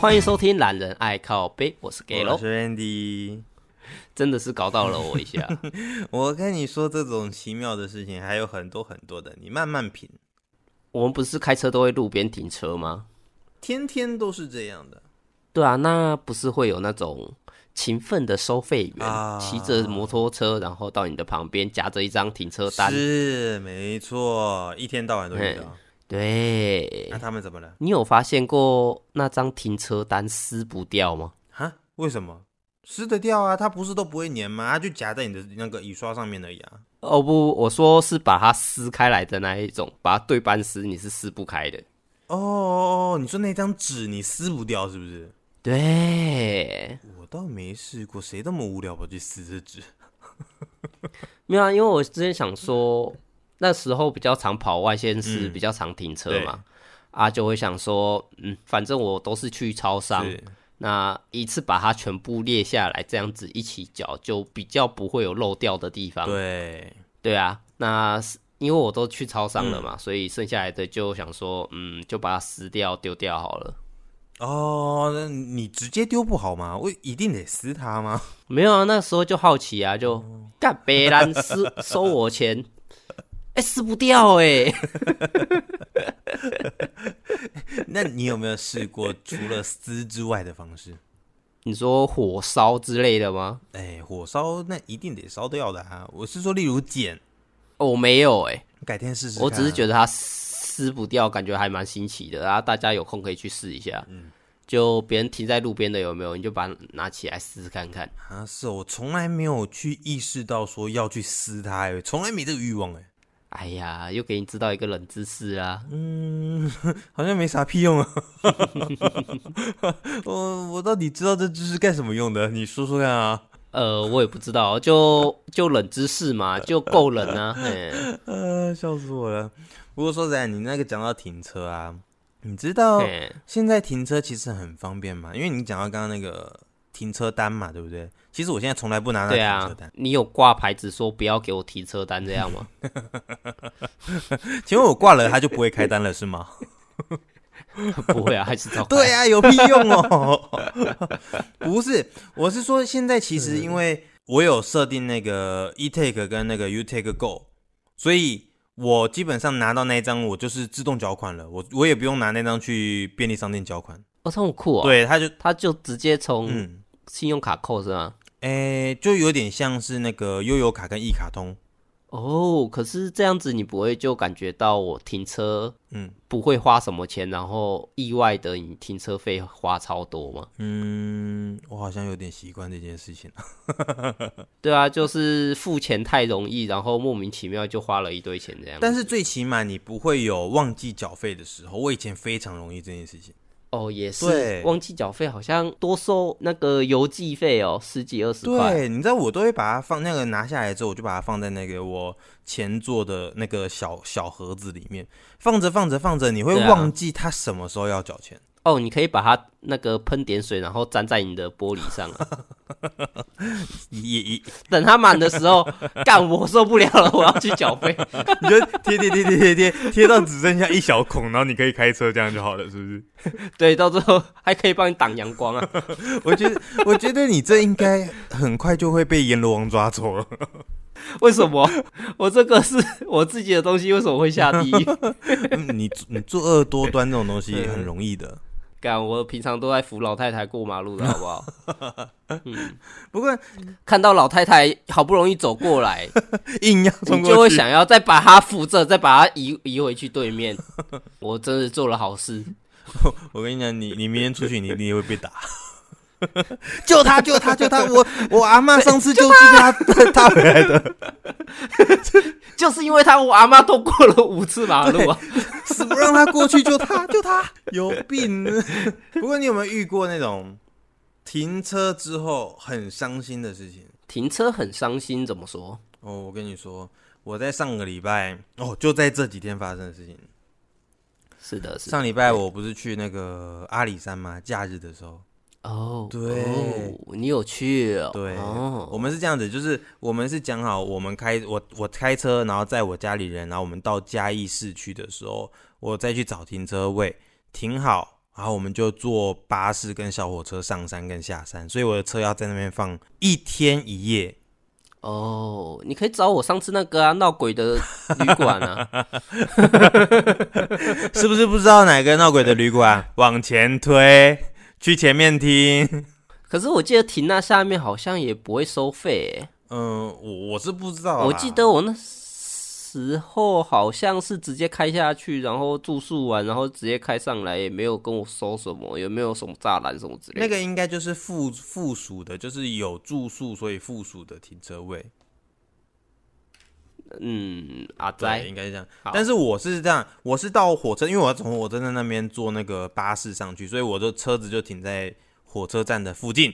欢迎收听《懒人爱靠背》，我是 g a l 我 o 是 Andy。真的是搞到了我一 下。我跟你说，这种奇妙的事情还有很多很多的，你慢慢品，我们不是开车都会路边停车吗？天天都是这样的。对啊，那不是会有那种勤奋的收费员啊骑着摩托车，然后到你的旁边夹着一张停车单？是，没错，一天到晚都遇到。对那，他们怎么了？你有发现过那张停车单撕不掉吗？哈？为什么？撕得掉啊，它不是都不会粘吗？啊它就夹在你的那个雨刷上面而已啊。哦不，我说是把它撕开来的那一种，把它对半撕，你是撕不开的。哦哦哦，你说那张纸你撕不掉是不是？对，我倒没试过，谁那么无聊跑去撕这纸？没有啊，因为我之前想说，那时候比较常跑外县市，嗯比较常停车对嘛，啊，就会想说，嗯，反正我都是去超商，是那一次把它全部列下来，这样子一起缴，就比较不会有漏掉的地方。对，对啊，那是因为我都去超商了嘛，嗯所以剩下来的就想说，嗯，就把它撕掉丢掉好了。哦，那你直接丢不好吗？我一定得撕它吗？没有啊，那时候就好奇啊，就哦干别人 撕收我钱，哎、撕不掉哎、那你有没有试 过除了撕之外的方式？你说火烧之类的吗？哎，火烧那一定得烧掉的啊！我是说，例如剪，哦，我没有哎、改天试试看啊。我只是觉得它撕不掉，感觉还蛮新奇的。然后大家有空可以去试一下。嗯就别人停在路边的有没有？你就把它拿起来试试看看。啊，是哦我从来没有去意识到说要去撕它，哎从来没这个欲望哎。哎呀，又给你知道一个冷知识啊！嗯，好像没啥屁用啊。 我我到底知道这知识干什么用的？你说说看啊。 呃，我也不知道，就就冷知识嘛，就够冷 啊。嘿呃，笑死我了。不过说实在，你那个讲到停车啊，你知道嘿现在停车其实很方便嘛，因为你讲到刚刚那个停车单嘛，对不对？其实我现在从来不拿那对停车啊单。，你有挂牌子说不要给我提车单这样吗？ 请问我挂了，它就不会开单了是吗？不会啊，还是照开 对啊，有屁用哦！ 不是，我是说现在其实因为我有设定那个 eTake 跟那个 UTake Go，所以我基本上拿到那一张我就是自动缴款了，我我也不用拿那张去便利商店缴款。哦，这么酷哦。，对，它就他就直接从嗯，信用卡扣是吗？哎、就有点像是那个悠游卡跟一卡通。哦，可是这样子你不会就感觉到我停车嗯不会花什么钱，然后意外的你停车费花超多吗？嗯，我好像有点习惯这件事情了。啊对啊，就是付钱太容易，然后莫名其妙就花了一堆钱这样。但是最起码你不会有忘记缴费的时候。我以前非常容易这件事情。哦，也是对忘记缴费，好像多收那个邮寄费哦，十几二十块。对，你知道我都会把它放那个拿下来之后，我就把它放在那个我前座的那个小小盒子里面，放着放着放着，你会对啊忘记它什么时候要缴 钱。哦，你可以把它那个喷点水，然后粘在你的玻璃上啊。 也也等它满的时候，干我受不了了，我要去缴费。你就贴贴贴贴贴贴贴到只剩下一小孔，然后你可以开车，这样就好了，是不是？对，到最后还可以帮你挡阳光啊。我觉得我觉得你这应该很快就会被阎罗王抓走了。 为什么？我这个是 我自己的东西，为什么会下地 狱？嗯，你你作恶多端这种东西很容易的。干，我平常都在扶老太太过马路的好不 好？不过看到老太太好不容易走过来，硬要 冲你就会过去，想要再把她扶着，再把她移移回去对 面。我真的做了好事，我跟你讲，你你明天出去，你你也会被 打。救他！救他！救他！我我阿妈上次就是他他回来的，就是因为她我阿妈都过了五次马路啊。死不让他过去，救他！救他！ 有病！不过你有没有遇过那种停车之后很伤心的事情？停车很伤心，怎么说？哦，我跟你说，我在上个礼拜哦，就在这几天发生的事情。是的，是的上礼拜我不是去那个阿里山吗？假日的时候，哦，对哦你有去哦？对，我哦，们是这样子，就是我们是讲好，我们开我我开车，然后载我家里人，然后我们到嘉义市区的时候，我再去找停车位，停好然后我们就坐巴士跟小火车上山跟下山，所以我的车要在那边放一天一夜。哦，你可以找我上次那个啊闹鬼的旅馆啊，是不是不知道哪个闹鬼的旅 馆？往前推，去前面听。可是我记得停那下面好像也不会收费、欸，嗯，我我是不知哦道啦，我记得我那时候好像是直接开下去，然后住宿完，然后直接开上来，也没有跟我收什么，也没有什么栅栏什么之类的。那个应该就是附附属的，就是有住宿所以附属的停车位。嗯，阿对，斋应该是这样好。但是我是这样，我是到火车，因为我要从火车站那边坐那个巴士上去，所以我的车子就停在火车站的附近。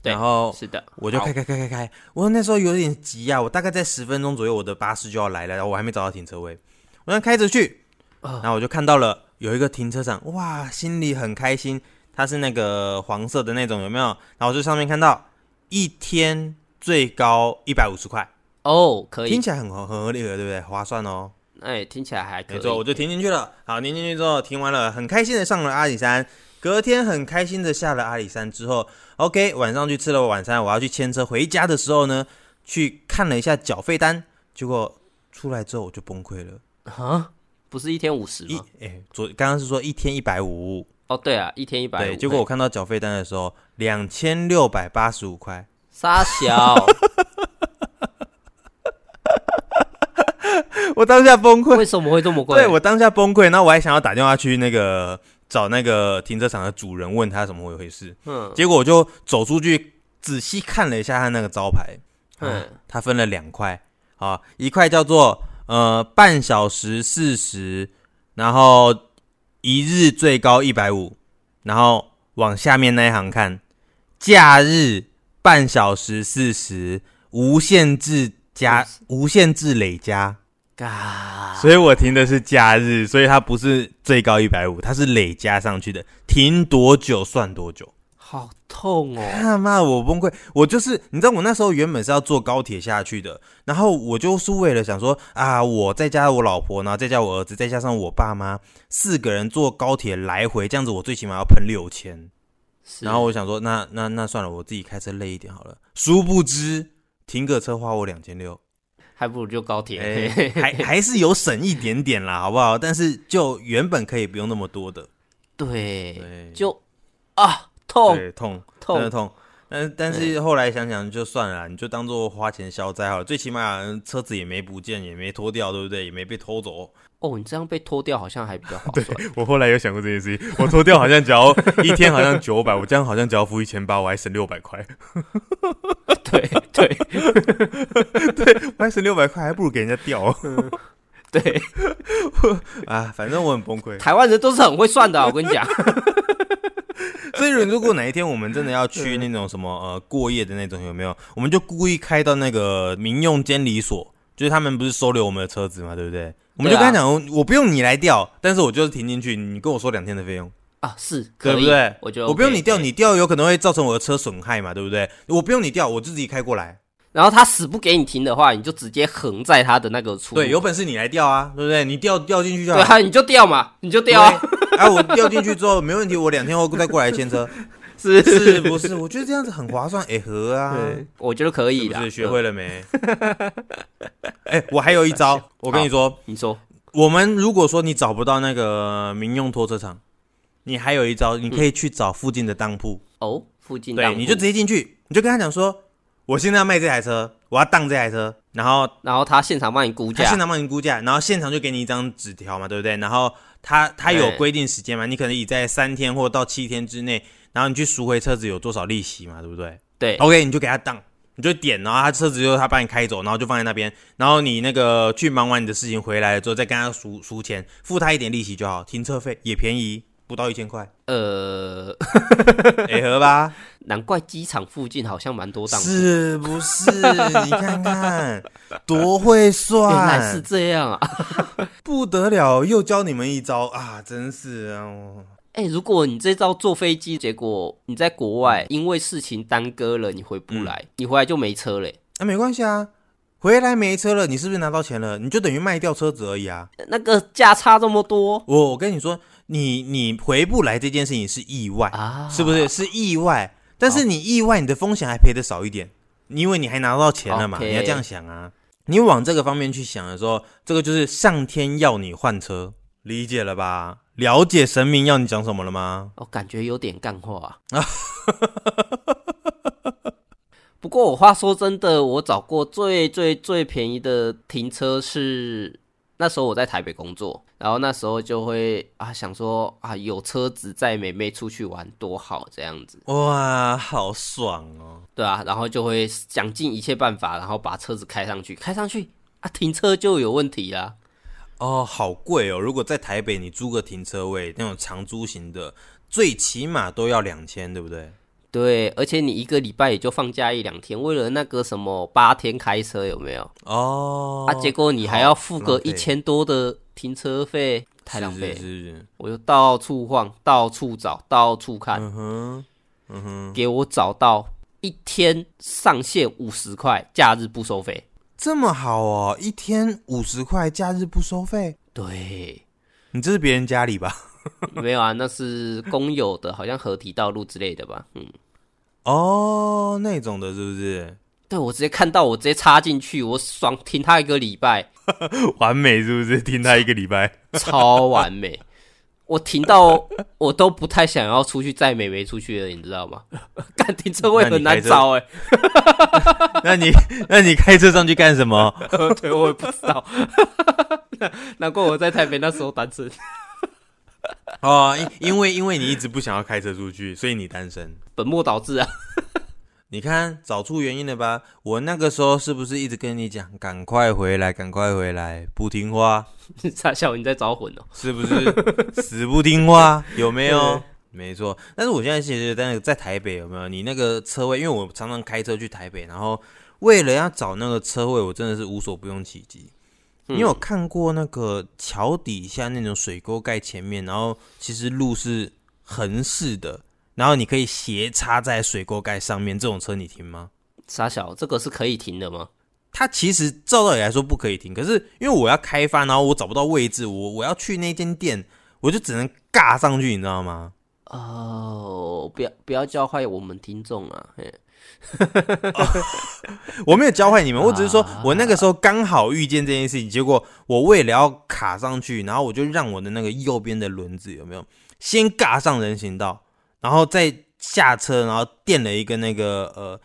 对然后是的，哦我就好开开开开开，我那时候有点急啊，我大概在十分钟左右，我的巴士就要来了，然后我还没找到停车位，我要开着去，呃然后我就看到了有一个停车场，哇，心里很开心，它是那个黄色的那种，有没有？然后我就上面看到一天最高一百五十块，哦，可以听，起来很合很合理的，对不对？划算哦。哎、听起来还可没以。错，我就停进去了。好，停进去之后，停完了，很开心的上了阿里山。隔天很开心的下了阿里山之后，OK，晚上去吃了晚餐，我要去牵车回家的时候呢，去看了一下缴费单，结果出来之后我就崩溃了。啊，不是一天五十一吗？哎，昨刚刚是说一天一百五，哦，对啊，一天一百对，结果我看到缴费单的时候，两千六百八十五块，沙 小，我当下崩溃，为什么会这么贵？对我当下崩溃，然后我还想要打电话去那个找那个停车场的主人问他怎么回事，嗯结果我就走出去仔细看了一下他那个招牌，啊嗯，它分了两块啊，一块叫做呃半小时四十，然后一日最高一百五，然后往下面那一行看，假日半小时四十，无限制加无限制累加。嘎，所以我停的是假日，所以它不是最高一百五，它是累加上去的，停多久算多久。好痛哦。他妈，我崩溃！我就是，你知道，我那时候原本是要坐高铁下去的，然后我就是为了想说啊，我再加我老婆，然后再加我儿子，再加上我爸妈，四个人坐高铁来回，这样子我最起码要喷六千。是 然后我想说，那那那算了，我自己开车累一点好了。殊不知，停个车花我两千六，还不如就高铁。哎，还还是有省一点点啦，好不好？但是就原本可以不用那么多的， 对，对，哎就啊痛对痛。真的痛，痛。但但是后来想想就算了啦，你就当做花钱消灾好了，最起码嗯车子也没不见，也没脱掉，对不对？也没被偷走。 哦，你这样被脱掉好像还比较划算。 我后来有想过这件事情，我脱掉好像只要一天好像九百，我这样好像只要付一千八，我还省六百块， 对对我还省六百块，还不如给人家掉 对，啊！反正我很崩 溃。台湾人都是很会算的啊，我跟你讲。 所以如果哪一天我们真的要去那种什么呃过夜的那种，有没有？我们就故意开到那个民用监理所，就是他们不是收留我们的车子嘛，对不对？我们对就啊跟他讲，我不用你来调，但是我就是停进去，你跟我收两天的费用，啊，是，可对不以对？我觉得我不用 OK，你调，可以你调有可能会造成我的车损害嘛，对不对？我不用你调，我自己开过来。然后他死不给你停的话，你就直接横在他的那个出路。对，有本事你来调啊，对不对？你调调进去就对好。啊，你就掉嘛，你就掉啊，对 啊，我调进去之后没问题，我两天后再过来牵车，是是不是？我觉得这样子很划算，哎、合啊。对，我觉得可以是不啦。嗯是学会了没？ 哎、我还有一 招，我跟你说嗯，，你说我们如果说你找不到那个民用拖车场，你还有一招，你可以去找附近的当铺，哦，附近当对，铺你就直，接进去，你就跟他讲说，我现在要卖这台车，我要当这台车，然后然后他现场帮你估他价现，场帮你估价，然后现场就给你一张纸条嘛，对不对？然后他他有规定时间嘛，你可能以在三天或到七天之内，然后你去赎回车子有多少利息嘛，对不对？对， OK，你就给他当，你就点，然后他车子就他帮你开走，然后就放在那边，然后你那个去忙完你的事情回来了之后，再跟他赎赎钱，付他一点利息就好，停车费也便宜，不到一千块，呃， 哎合 吧？难怪机场附近好像蛮多当铺，是不是？你看看 哎多原会来是算，这样啊。不得了，又教你们一招啊，真是啊！我哎、如果你这招坐飞机，结果你在国外因为事情耽搁了，你回不来，你回来就没车嘞。啊，没关系啊。回来没车了，你是不是拿到钱了？你就等于卖掉车子而已啊。那个价差这么多我我跟你说，你你回不来这件事情是意外，啊，是不是？是意外，但是你意外，你的风险还赔的少一点，因为你还拿到钱了嘛。 OK 你要这样想啊，你往这个方面去想的时候，这个就是上天要你换车，理解了吧？了解神明要你讲什么了吗？我感觉有点干话啊。不过我话说真的，我找过最最最便宜的停车是那时候我在台北工作，然后那时候就会啊想说啊有车子载妹妹出去玩多好这样子，哇，好爽哦！对啊，然后就会想尽一切办法，然后把车子开上去，开上去啊停车就有问题啦。哦，好贵哦！如果在台北你租个停车位，那种长租型的，最起码都要两千，对不对？对，而且你一个礼拜也就放假一两天，为了那个什么八天开车有没有？哦，啊，结果你还要付好个浪费一千多的停车费，太是浪费是了。是是，我就到处晃，到处找，到处看，嗯哼，嗯哼，给我找到一天上限五十块，假日不收费。这么好哦，一天五十块，假日不收费。对，你这是别人家里吧？ 没有啊，那是公有的，好像合体道路之类的吧？嗯，哦，那种的是不是？ 对我直接看到，我直接插进去，我爽停他一个礼拜，完美是不是？听他一个礼拜， 超完美。我停到我都不太想要出去载美眉出去了，你知道吗？ 干停车位那你很难开车找哎、那你 那你开车上去干什么？ 对，我也不知道。 难怪我在台北那时候单身。 哦，因因为因为你一直不想要开车出去，所以你单身。本末倒置啊！ 你看，找出原因了吧？我那个时候是不是一直跟你讲，赶快回来，赶快回来，不听话，傻笑，你在找混哦、是不是？死不听话，有没有？没错。但是我现在其实在那个在台北有没有？你那个车位，因为我常常开车去台北，然后为了要找那个车位，我真的是无所不用其极。你有看过那个桥底下那种水沟盖前面，然后其实路是横式的，然后你可以斜插在水沟盖上面，这种车你停吗？傻小，这个是可以停的吗？它其实照道理来说不可以停，可是因为我要开发，然后我找不到位置，我我要去那间店，我就只能尬上去，你知道吗？哦，不要不要教坏我们听众啊！嘿我没有教坏你们，我只是说我那个时候刚好遇见这件事情，结果我为了要卡上去，然后我就让我的那个右边的轮子有没有先尬上人行道，然后再下车，然后垫了一个那个呃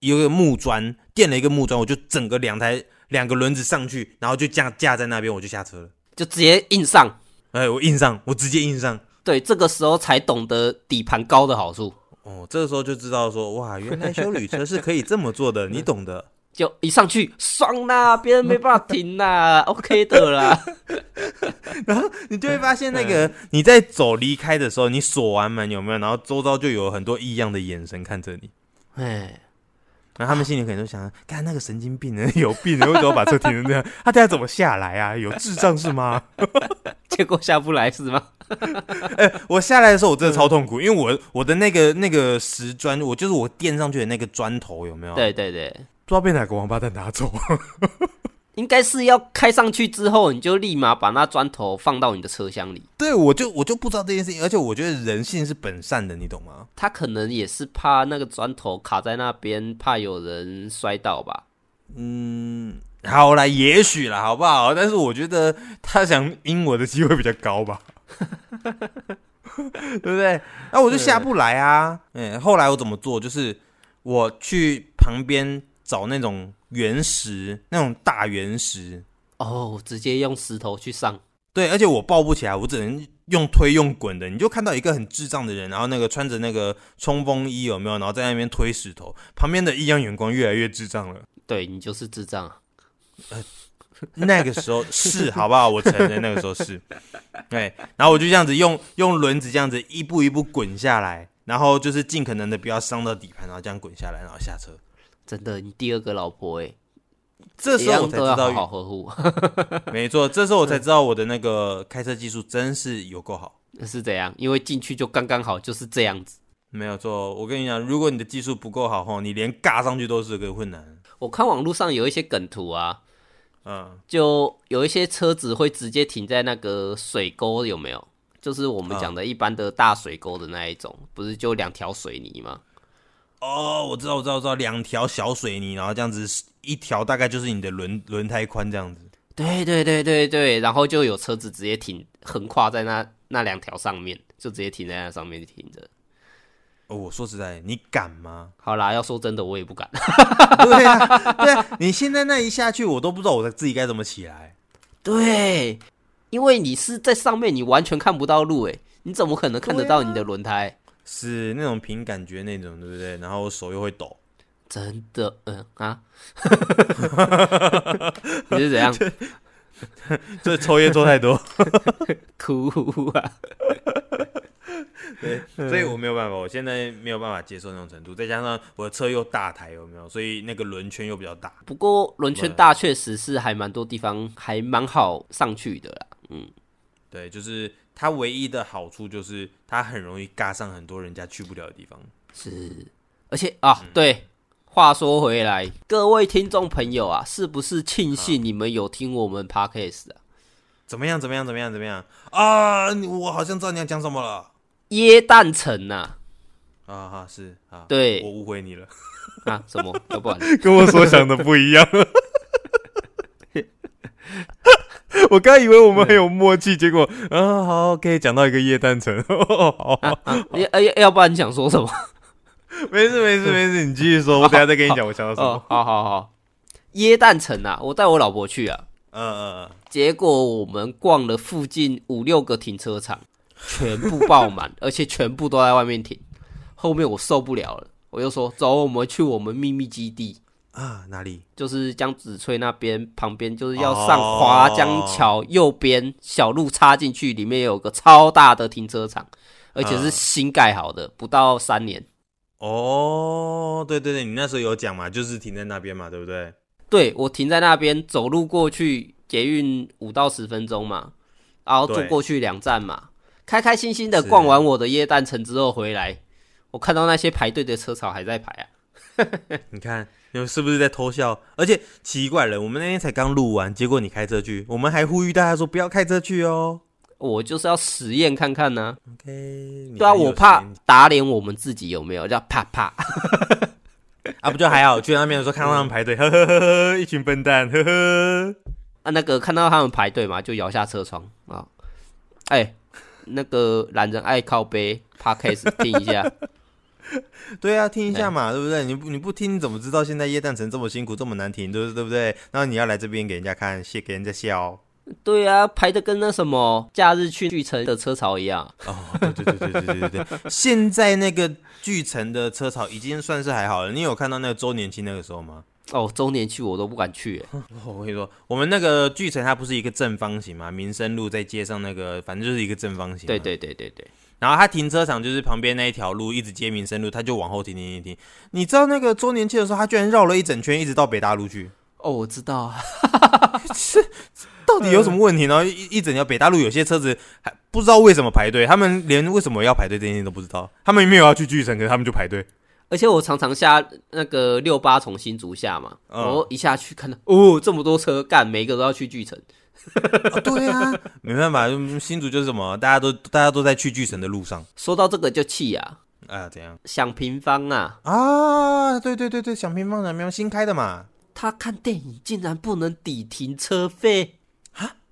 有一个木砖，垫了一个木砖，我就整个两台两个轮子上去，然后就这样架在那边，我就下车了。就直接硬上。哎，我硬上，我直接硬上。对，这个时候才懂得底盘高的好处，哦，这个时候就知道说， 哇，原来修旅车是可以这么做 的，你懂的。就一上去爽啦，别人没办法停啦 ，OK 的啦。你就会发现，那个嗯你在走离开的时候，你锁完门有没有？然后周遭就有很多异样的眼神看着你，哎，然后他们心里可能就想：，看那个神经病人有病人，为什么把车停成这样？他等下怎么下来 啊？有智障是吗？结果下不来是吗？我下来的时候，我真的超痛苦，因为我我的那个那个石砖，我就是我垫上去的那个砖头有没有？，对对对，不知道被哪个王八蛋拿走。 应该是要开上去之后，你就立马把那砖头放到你的车厢里。对，我就我就不知道这件事情，而且我觉得人性是本善的，你懂吗？他可能也是怕那个砖头卡在那边，怕有人摔倒吧。嗯，好啦，也许啦，好不好？但是我觉得他想赢我的机会比较高吧， 对不对？那、我就下不来啊。嗯，后来我怎么做？就是我去旁边找那种原石，那种大原石。哦，直接用石头去上，对，而且我抱不起来，我只能用推用滚的。你就看到一个很智障的人，然后那个穿着那个冲锋衣有没有？然后在那边推石头，旁边的异样眼光越来越智障了。对你就是智障啊。 那个时候是好不好？我承认那个时候是，对。然后我就这样子用用轮子这样子一步一步滚下来，然后就是尽可能的不要伤到底盘，然后这样滚下来，然后下车。真的，你第二个老婆哎、这一时候我样才都知要道好，好呵护， 没错，这时候我才知道我的那个开车技术真是有够好。是怎样？因为进去就刚刚好，就是这样子。没有错，我跟你讲，如果你的技术不够好吼，你连尬上去都是个困难。我看网络上有一些梗图啊，嗯，就有一些车子会直接停在那个水沟，有没有？就是我们讲的一般的大水沟的那一种，不是就两条水泥吗？哦，我知道，我知道，我知道，两条小水泥，然后这样子一条大概就是你的轮轮胎宽这样子。对对对对对，然后就有车子直接停横跨在那那两条上面，就直接停在那上面停着。？哦，我说实在，你敢吗好啦，要说真的，我也不敢。 对啊，对啊，你现在那一下去，我都不知道我自己该怎么起来。对，因为你是在上面，你完全看不到路，诶，你怎么可能看得到你的轮胎？是那种凭感觉那种，对不对？然后手又会抖，真的，嗯啊， 你是怎样这抽烟抽太多，哭啊？ 对，所以我没有办法，我现在没有办法接受那种程度。再加上我的车又大台，有没有？所以那个轮圈又比较大。不过轮圈大确实是还蛮多地方还蛮好上去的啦。嗯对，就是它唯一的好处就是它很容易尬上很多人家去不了的地方。是，而且啊，对，话说回来，各位听众朋友啊，是不是庆幸你们有听我们 podcast 啊？怎么样？怎么样？怎么样？怎么样？啊！你我好像知道你要讲什么了。椰蛋城呐、啊哈，是啊，对我误会你了，啊，啊什么？ 要不然跟我所想的不一样。 我刚以为我们很有默契，结果啊，好，可以讲到一个夜蛋城。 哦好，要要要不然你想说什么？没事没事没事，你继续说，我等下再跟你讲我想 到什么哦。，好好好，椰蛋城啊，我带我老婆去啊，嗯嗯嗯，结果我们逛了附近五六个停车场，全部爆满，而且全部都在外面停。后面我受不了了，我就说走，我们去我们秘密基地，啊，哪里？就是江子翠那边旁边，就是要上华江桥右边小路插进去，里面有个超大的停车场，而且是新盖好的，不到三年。哦，对对对，你那时候有讲嘛，就是停在那边嘛，对不对？对我停在那边，走路过去，捷运五到十分钟嘛，然后坐对过去两站嘛，开开心心的是逛完我的椰蛋城之后回来，我看到那些排队的车潮还在排啊，你看，你们是不是在偷笑？而且奇怪了，我们那天才刚录完，结果你开车去，我们还呼吁大家说不要开车去哦。我就是要实验看看呢、 OK，你对啊，很有我怕时间打脸我们自己有没有，叫啪啪， 啊，不就还好？去那边的时候看到他们排队，呵呵呵呵，一群笨蛋，呵呵。啊，那个看到他们排队嘛，就摇下车窗啊，哎、那个懒人爱靠背 podcast 听一下， 对啊，听一下嘛，对不对？你不你不听，你怎么知道现在夜蛋城这么辛苦，这么难听，对不对？对不对？然后你要来这边给人家看，谢给人家笑。哦对啊，排的跟那什么假日去巨城的车潮一样，哦，对对对对对对对对，现在那个巨城的车潮已经算是还好了。你有看到那个周年庆那个时候吗？哦，周年去我都不敢去、欸哦我跟你说，我们那个巨城它不是一个正方形嘛，民生路再接上那个，反正就是一个正方形。对。对对对对，然后它停车场就是旁边那一条路，一直接民生路，它就往后停停停停。你知道那个周年庆的时候，它居然绕了一整圈，一直到北大路去，哦，我知道啊，到底有什么问题？然后一一整条北大路有些车子还不知道为什么排队，他们连为什么要排队这件事情都不知道，他们没有要去巨城，可是他们就排队。而且我常常下那个六八从新竹下嘛，嗯我一下去看到，哦，这么多车，干，每一个都要去巨城，啊对啊， 没办法，嗯新竹就是什么，大家都大家都在去巨城的路上说到这个就气啊，啊，怎样想平方啊，啊？对对对对，想乒乓想乒乓新开的嘛，他看电影竟然不能抵停车费。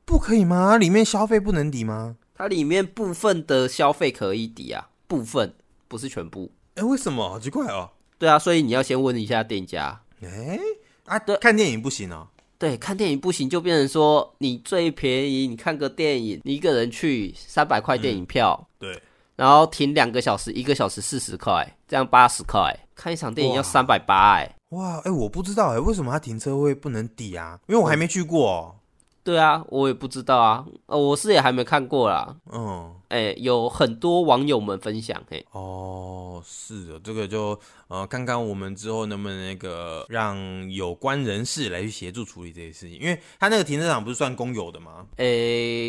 不可以吗？里面消费不能抵吗？它里面部分的消费可以抵啊，部分不是全部。哎、为什么？好奇怪哦。对啊，所以你要先问一下店家。哎、啊，对看电影不行哦。对，看电影不行，就变成说你最便宜，你看个电影，你一个人去三百块电影票，对，然后停两个小时，一个小时四十块，这样八十块，看一场电影要哇三百八哎。哇，哎、我不知道哎、为什么他停车位不能抵啊？因为我还没去过、哦。对啊，我也不知道啊，呃，我是也还没看过啦。嗯，哎、有很多网友们分享，哎嘿，哦，是的，这个就呃，看看我们之后能不能那个让有关人士来去协助处理这些事情，因为他那个停车场不是算公有的吗？哎、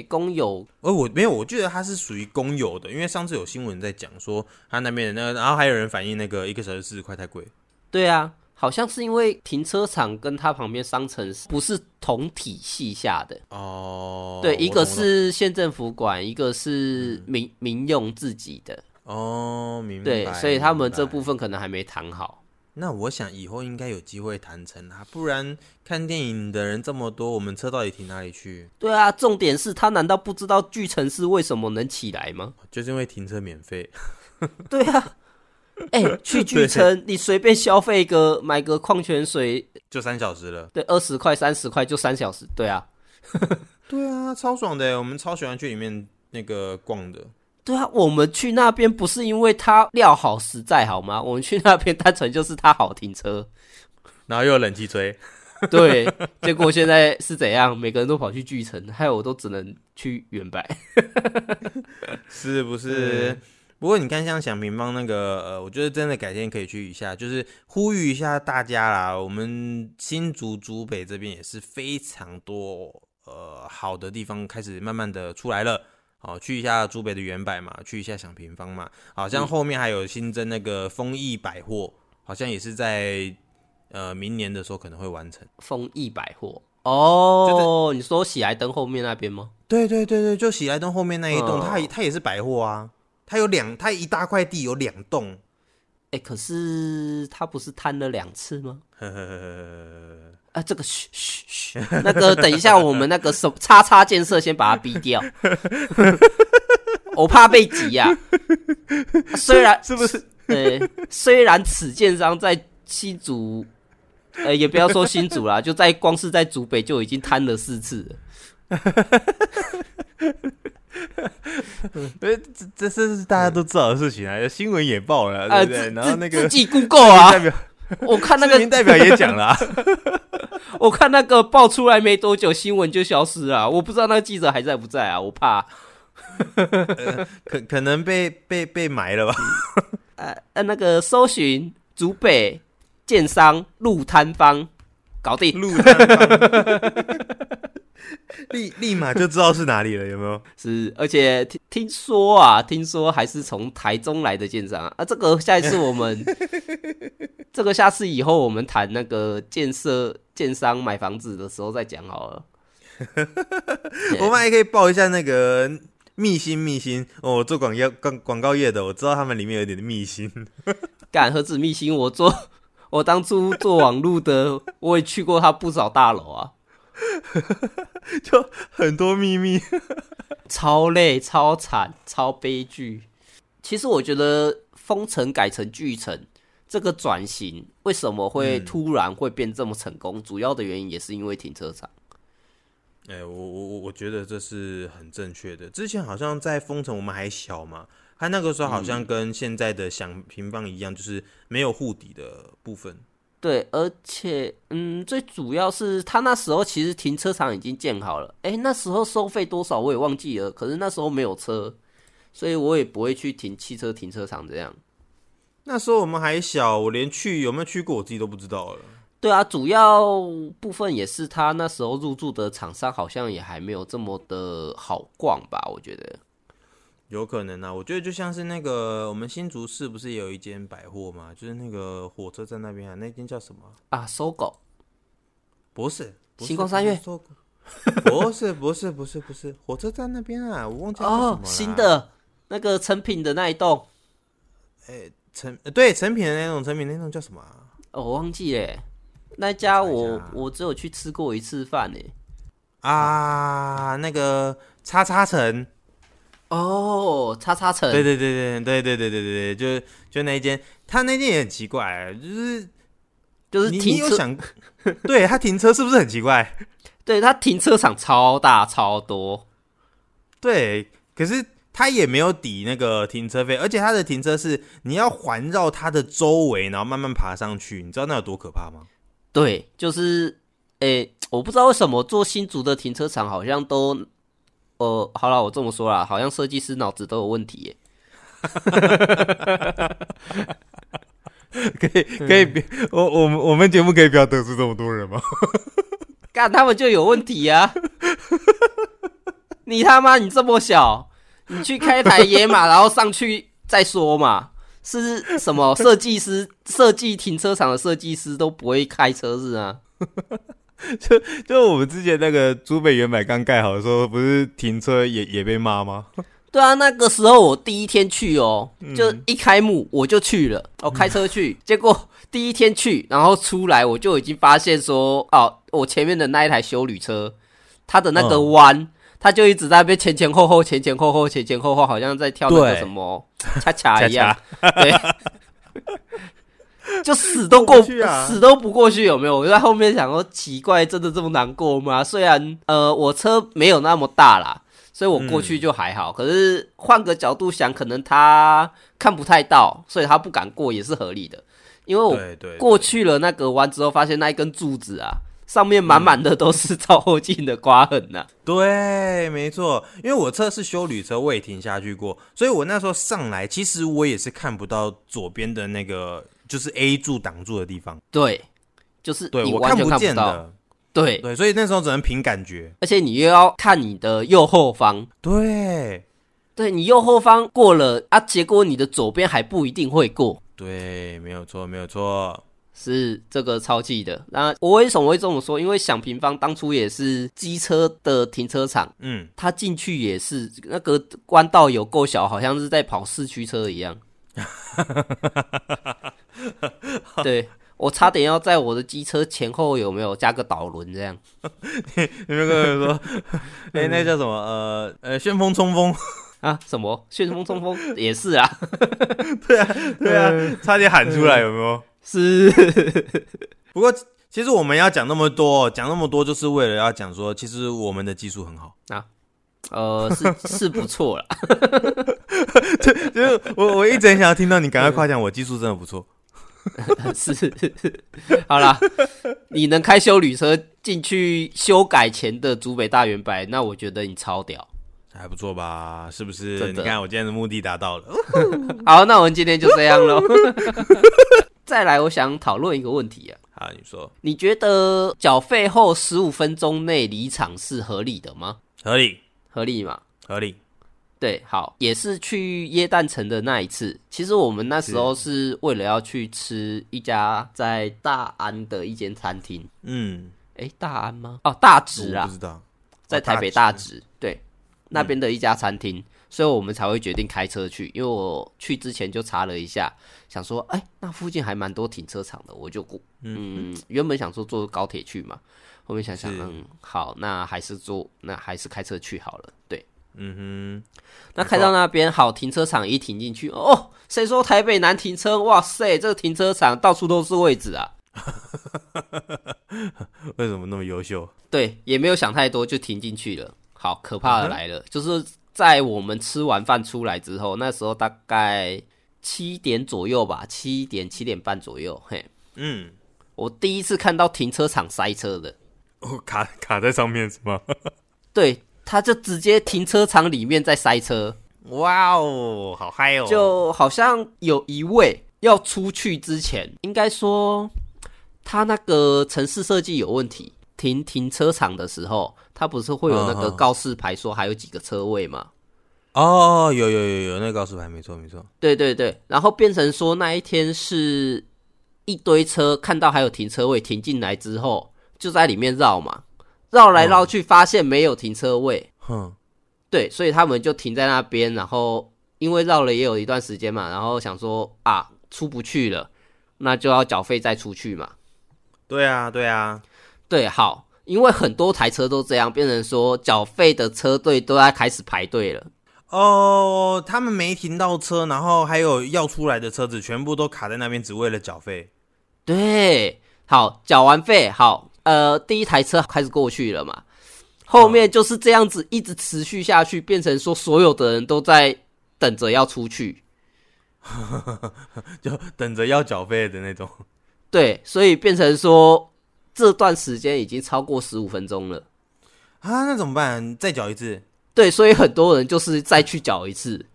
工友而哦我没有，我记得它是属于公有的，因为上次呃有新闻在讲说他那边的那个，然后还有人反映那个一个小时四十块太贵。对啊，好像是因为停车场跟它旁边商城是不是同体系下的。哦，对，我一个懂是县政府管，一个是民民用自己的，我懂哦，明白。对，所以他们这明白部分可能还没谈好。那我想以后应该有机会谈成啊，不然看电影的人这么多，我们车到底停哪里去？对啊，重点是他难道不知道巨城市为什么能起来吗？就是因为停车免费。 对啊， 哎、去巨城你随便消费个买个矿泉水，就三小时了。对，二十块三十块就三小时，对啊，对啊，超爽的耶，我们超喜欢去里面那个逛的。对啊，我们去那边不是因为它料好实在好吗？我们去那边 单纯就是它好停车，然后又有冷气吹，对，结果现在是怎样？每个人都跑去巨城，害我都只能去原版。是不是？不过你看，像想平方那个，呃，我觉得真的改天可以去一下，就是呼吁一下大家啦。我们新竹竹北这边也是非常多呃好的地方开始慢慢的出来了。好，去一下竹北的原百嘛，去一下想平方嘛。好像后面还有新增那个丰益百货，好像也是在呃明年的时候可能会完成。丰益百货。哦，你说喜来登后面那边吗？对对对对，就喜来登后面那一栋，嗯它也它也是百货啊，它有两，它一大块地有两栋。哎、可是他不是摊了两次吗？ 呵呵呵呵啊，这个嘘嘘嘘，那个等一下，我们那个什么叉叉建设先把它逼 掉，我怕被挤呀、啊。虽然是不是？对，虽然此建商在新竹，呃，也不要说新竹啦，就在光是在竹北就已经摊了四次了。呃，这这这是大家都知道的事情啊，新闻也报了，啊对不对？自然后自那个自己 Google 啊代，表，我看那市民个代表也 讲了啊，我看那个爆出来没多久，新闻就消失了啊、我不知道那个记者还在不在啊，我怕。可可能被被被埋了吧？呃呃，那个搜寻竹北建商路摊方，搞定，路上立立马就知道是哪里了，有没有？是，而且听听说啊，听说还是从台中来的建商啊，啊这个下一次我们，这个下次以后我们谈那个建设建商买房子的时候再讲好了。我们还可以报一下那个密辛密辛哦，我做广告广广告业的，我知道他们里面有点密辛。干何止密星，我做我当初做网路的，我也去过他不少大楼啊，就很多秘密。超累、超惨、超悲剧。其实我觉得封城改成巨城这个转型，为什么会突然会变这么成功？主要的原因也是因为停车场。哎、我我我我觉得这是很正确的。之前好像在封城，我们还小嘛，他那个时候好嗯像跟现在的想平方一样，就是没有护底的部分。对，而且，嗯，最主要是他那时候其实停车场已经建好了，诶，那时候收费多少我也忘记了，可是那时候没有车，所以我也不会去停汽车停车场这样。那时候我们还小，我连去有没有去过我自己都不知道了。对啊，主要部分也是他那时候入驻的厂商好像也还没有这么的好逛吧，我觉得。有可能啊，我觉得就像是那个我们新竹市不是也有一间百货嘛，就是那个火车站那边啊，那间叫什么啊？啊，搜狗不是，不是星光三月，不是不是不是不是不是火车站那边啊，我忘记它叫什么哦了，新的那个成品的那一栋，成呃对成品的那种成品那种叫什么、啊？哦，我忘记嘞，那家我我查一下啊我只有去吃过一次饭嘞。啊，那个叉叉城，哦，叉叉城，对对对对对对对对对，就就那一间，他那间也很奇怪，就是就是你你停有车，想，对他停车是不是很奇怪？对，它停车场超大超多，对，可是他也没有抵那个停车费，而且他的停车是你要环绕它的周围，然后慢慢爬上去，你知道那有多可怕吗？对，就是，诶、我不知道为什么做新竹的停车场好像都，呃，好了，我这么说啦，好像设计师脑子都有问题耶。 可以可以别，我我们我们节目可以不要得罪这么多人 吗？干他们就有问题啊！你他妈你这么小，你去开台野马，然后上去再说嘛。是什么设计师设计停车场的设计师都不会开车是啊？就我们之前那个珠北原版刚盖好的时候，不是停车也也被骂吗？对啊，那个时候我第一天去哦，嗯就一开幕我就去了，哦，开车去， 结果第一天去，然后出来我就已经发现说，哦，我前面的那一台修旅车，它的那个嗯弯，它就一直在那边前前后后、前前后后、前前后后，好像在跳那个对什么恰恰 恰一样，对， 就死都过过不去啊死都不过去，有没有？我在后面想说，奇怪，真的这么难过吗？虽然呃，我车没有那么大啦，所以我过嗯去就还好。可是换个角度想，可能他看不太到，所以他不敢过也是合理的。因为我对对，过去了那个弯之后，发现那一根柱子啊，上面满满的都是照后镜的刮痕啊呐、对，没错，因为我车是修旅车，我也停下去过，所以我那时候上来，其实我也是看不到左边的那个就是 A 柱挡住的地方，对，就是对你我完全不看见到。的，对，对，所以那时候只能凭感觉。而且你又要看你的右后方，对对你右后方过了啊，结果你的左边还不一定会过。对，没有错，没有错。是这个超气的。那我为什么会这么说？因为想平方当初也是机车的停车场，嗯，它进去也是那个弯道有够小，好像是在跑四驱车一样。对我差点要在我的机车前后有没有加个导轮这样？你们跟我说， 哎、那叫什么？呃呃，旋风冲锋，啊，什么旋风冲锋也是啊，对啊，差点喊出来，有没有？是，不过其实我们要讲那么多，讲那么多就是为了要讲说，其实我们的技术很好。呃，是是不错啦。 就是我我一直很想要听到你赶快夸奖我技术真的不错。是， 好啦，你能开修旅车进去修改前的竹北大圆白，那我觉得你超屌。 还不错吧？是不是？真的你看我今天的哦目的达到了。好，那我们今天就这样喽。再来，我想讨论一个问题啊，好，你说你觉得缴费后十五分钟内离场是合理的吗？合理合理吗？合理。对，好，也是去耶诞城的那一次。其实我们那时候是为了要去吃一家在大安的一间餐厅，嗯，诶，大安吗？哦，大直我啊不，知道，在台北哦大直直，对，那边的一家餐厅，所以我们才会决定开车去。因为我去之前就查了一下，想说，哎、那附近还蛮多停车场的，我就过，嗯，原本想说坐高铁去嘛，后面想想，是嗯，好，那还是坐，那还是开车去好了。对，嗯那开到那边好，停车场一停进去，哦，谁说台北难停车？哇塞，这个停车场到处都是位置啊！哼，为什么那么优秀？对，也没有想太多，就停进去了。好，可怕的来了，就是在我们吃完饭出来之后，那时候大概七点左右吧，七点七点半左右，嘿，嗯，我第一次看到停车场塞车的，哦， 卡卡在上面是吗？对，他就直接停车场里面在塞车， 哇哦，好嗨哦！就好像有一位要出去之前，应该说他那个城市设计有问题。停停车场的时候，他不是会有那个嗯嗯告示牌说还有几个车位吗？哦，有有有有那个告示牌，没错没错。对对对，然后变成说那一天是一堆车看到还有停车位停进来之后，就在里面绕嘛，绕来绕去发现没有停车位，哼，对，所以他们就停在那边，然后因为绕了也有一段时间嘛，然后想说啊出不去了，那就要缴费再出去嘛，对啊对啊，对，好，因为很多台车都这样，变成说缴费的车队都在开始排队了。哦，他们没停到车，然后还有要出来的车子全部都卡在那边，只为了缴费。对，好，缴完费，好，呃，第一台车开始过去了嘛，后面嗯就是这样子一直持续下去，变成说所有的人都在等着要出去，就等着要缴费的那种。 对，所以变成说这段时间已经超过十五分钟了，啊，那怎么办？再缴一次？对，所以很多人就是再去缴一次。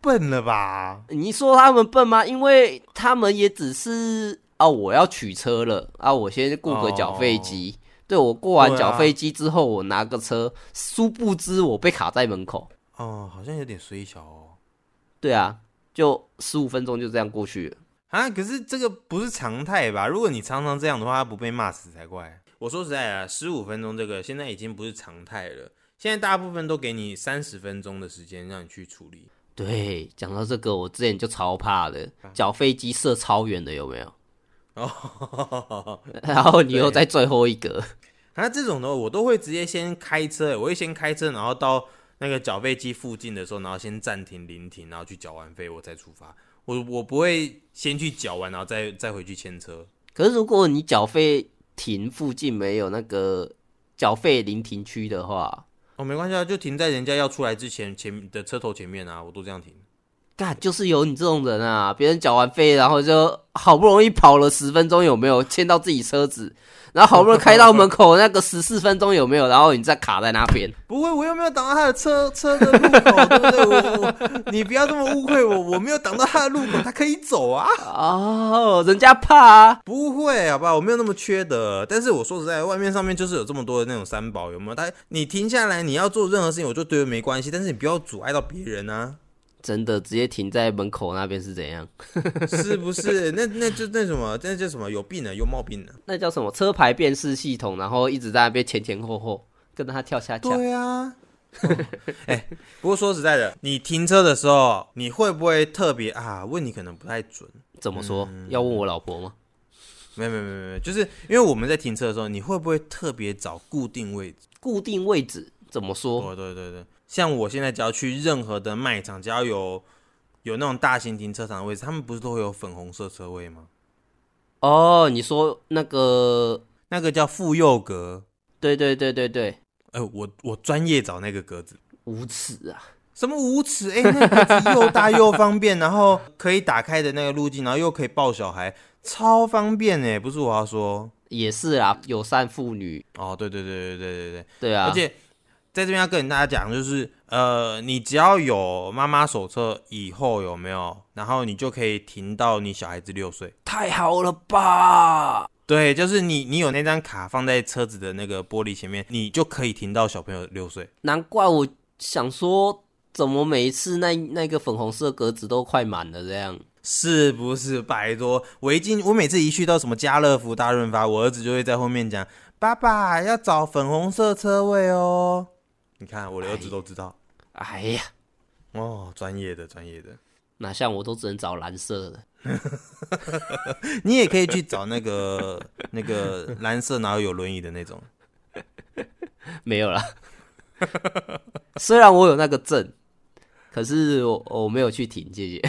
笨了吧？你说他们笨吗？因为他们也只是啊，我要取车了啊，我先过个缴费机。对，我过完哦对啊缴费机之后，我拿个车，殊不知我被卡在门口。哦，好像有点衰小哦。对啊，就十五分钟就这样过去了。啊，可是这个不是常态吧？如果你常常这样的话，他不被骂死才怪。我说实在啊，十五分钟这个现在已经不是常态了，现在大部分都给你三十分钟的时间让你去处理。对，讲到这个，我之前就超怕的，缴飞机射超远的有没有？哦，然后你又在最后一格，啊，这种的我都会直接先开车，我会先开车，然后到那个缴费机附近的时候，然后先暂停临停，然后去缴完费，我再出发。我我不会先去缴完，然后再再回去牵车。可是如果你缴费亭附近没有那个缴费临停区的话，哦，没关系啊，就停在人家要出来之前前的车头前面啊，我都这样停。干就是有你这种人啊！别人缴完费，然后就好不容易跑了十分钟，有没有牵到自己车子？然后好不容易开到门口那个十四分钟，有没有？然后你再卡在那边，不会，我又没有挡到他的车车的路口，对不对？我我你不要这么误会我，我没有挡到他的路口，他可以走啊。 哦，人家怕啊，不会，好吧，我没有那么缺德。但是我说实在，外面上面就是有这么多的那种三宝，有没有？他你停下来，你要做任何事情，我就觉得没关系。但是你不要阻碍到别人啊，真的直接停在门口那边是怎样？是不是？那那就那什么，那叫什么？有病啊，有毛病啊！那叫什么车牌辨识系统？然后一直在那边前前后后跟着他跳下跳。对啊。哎、不过说实在的，你停车的时候，你会不会特别啊？问你可能不太准，怎么说？要问我老婆吗？没有没有没有没有，就是因为我们在停车的时候，你会不会特别找固定位置？固定位置怎么说？哦对对对对，像我现在只要去任何的卖场，只要有有那种大型停车场的位置，他们不是都会有粉红色车位吗？哦，你说那个？那个叫妇幼格，对对对对对，哎、我我专业找那个格子，无耻啊！什么无耻，哎、那个格子又大又方便，然后可以打开的那个路径，然后又可以抱小孩，超方便哎、不是我要说，也是啊，友善妇女，哦，对对对对对对对，对啊，而且在这边要跟大家讲，就是呃，你只要有妈妈手册以后有没有，然后你就可以停到你小孩子六岁。太好了吧？对，就是你，你有那张卡放在车子的那个玻璃前面，你就可以停到小朋友六岁。难怪我想说，怎么每一次那那个粉红色格子都快满了这样？是不是？拜托，我一进，我每次一去到什么家乐福、大润发，我儿子就会在后面讲：“爸爸要找粉红色车位哦。”你看，我的儿子都知道哎呀，哦，专业的，专业的。哪像我都只能找蓝色的。 你也可以去找那个那个蓝色，然后有轮椅的那种。没有啦。 虽然我有那个证，可是我我没有去停，谢谢。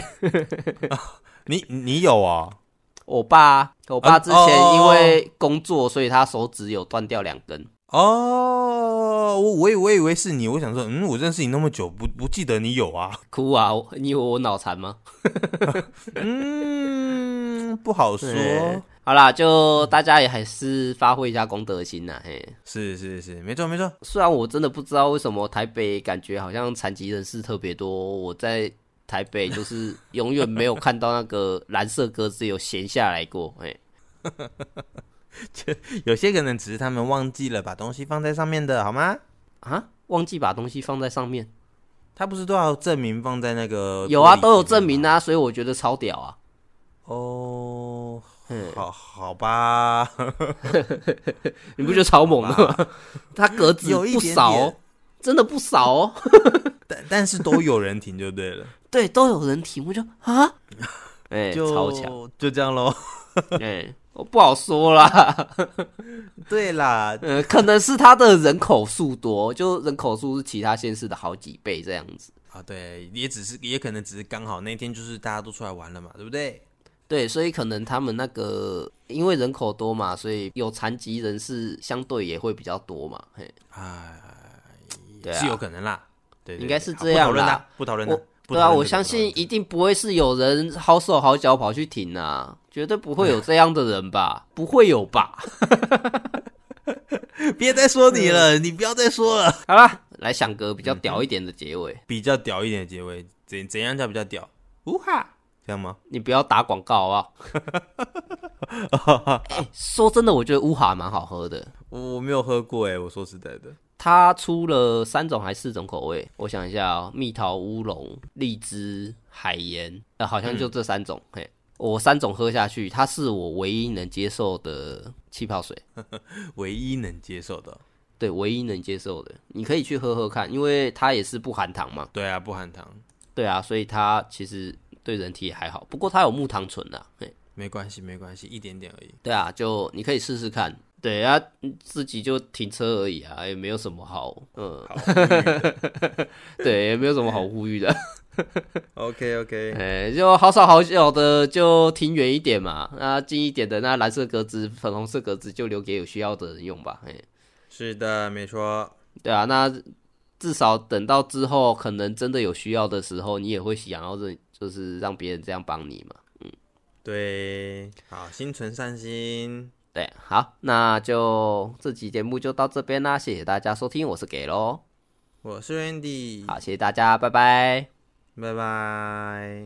你你有啊、 我爸，我爸啊之前因哦为工作，所以他手指有断掉两根。哦，我我以我以为是你，我想说，嗯，我认识你那么久，不不记得你有啊。哭啊！我你以为我脑残吗？嗯，不好说。对好啦，就大家也还是发挥一下公德心呐。嘿，是是是，没错没错。虽然我真的不知道为什么台北感觉好像残疾人士特别多，我在台北就是永远没有看到那个蓝色鸽子有闲下来过。嘿，有些可能只是他们忘记了把东西放在上面的，好吗？啊，忘记把东西放在上面。他不是都要证明放在那个有啊，玻璃都有前面证明吗。啊，所以我觉得超屌啊。哦，嗯，好好吧， 你不觉得超猛的吗？ 他格子有一不点少哦点，真的不少哦。但但是都有人停就对了， 对，都有人提，我就啊， 哎、就超强，就这样喽。 哎、我不好说啦，对啦， 呃，可能是他的人口数多，就人口数是其他县市的好几倍这样子。啊，对，也只是也可能只是刚好那天就是大家都出来玩了嘛，对不对？对，所以可能他们那个因为人口多嘛，所以有残疾人士相对也会比较多嘛。嘿，哎，对啊是有可能啦，对对对应该是好这样不讨论啦啦，不讨论啦我不对讨啊，论我这个相不讨论信这一个定不会是有人好手好脚跑去停啊，绝对不会有这样的人吧？ 不会有吧？ 别再说你嗯了，你不要再说了。好啦，来想个比较屌一点的结尾， 比较屌一点的结尾，怎怎样叫比较屌？呜哈，这样吗？你不要打广告好不好？ 说真的，我觉得乌哈蛮好喝的。我我没有喝过哎、我说实在的，它出了三种还是四种口味？我想一下哦，蜜桃乌龙、荔枝、海盐，呃，好像就这三种。嘿，我三种喝下去，它是我唯一能接受的气泡水，唯一能接受的。对，唯一能接受的。你可以去喝喝看，因为它也是不含糖嘛。对啊，不含糖，对啊，所以它其实对人体也还好。不过它有木糖醇啊，嘿，没关系，没关系，一点点而已。对啊，就你可以试试看。对啊，自己就停车而已啊，也没有什么好，嗯，好嗯对，也没有什么好呼吁的。 ，OK OK，哎、就好少好小的就停远一点嘛，那近一点的那蓝色格子、粉红色格子就留给有需要的人用吧。哎、是的，没错，对啊，那至少等到之后可能真的有需要的时候，你也会想要认，就是让别人这样帮你嘛。对，好，心存善心，对，好，那就这期节目就到这边啦，谢谢大家收听，我是给喽，我是 Randy，好，谢谢大家，拜拜。拜拜。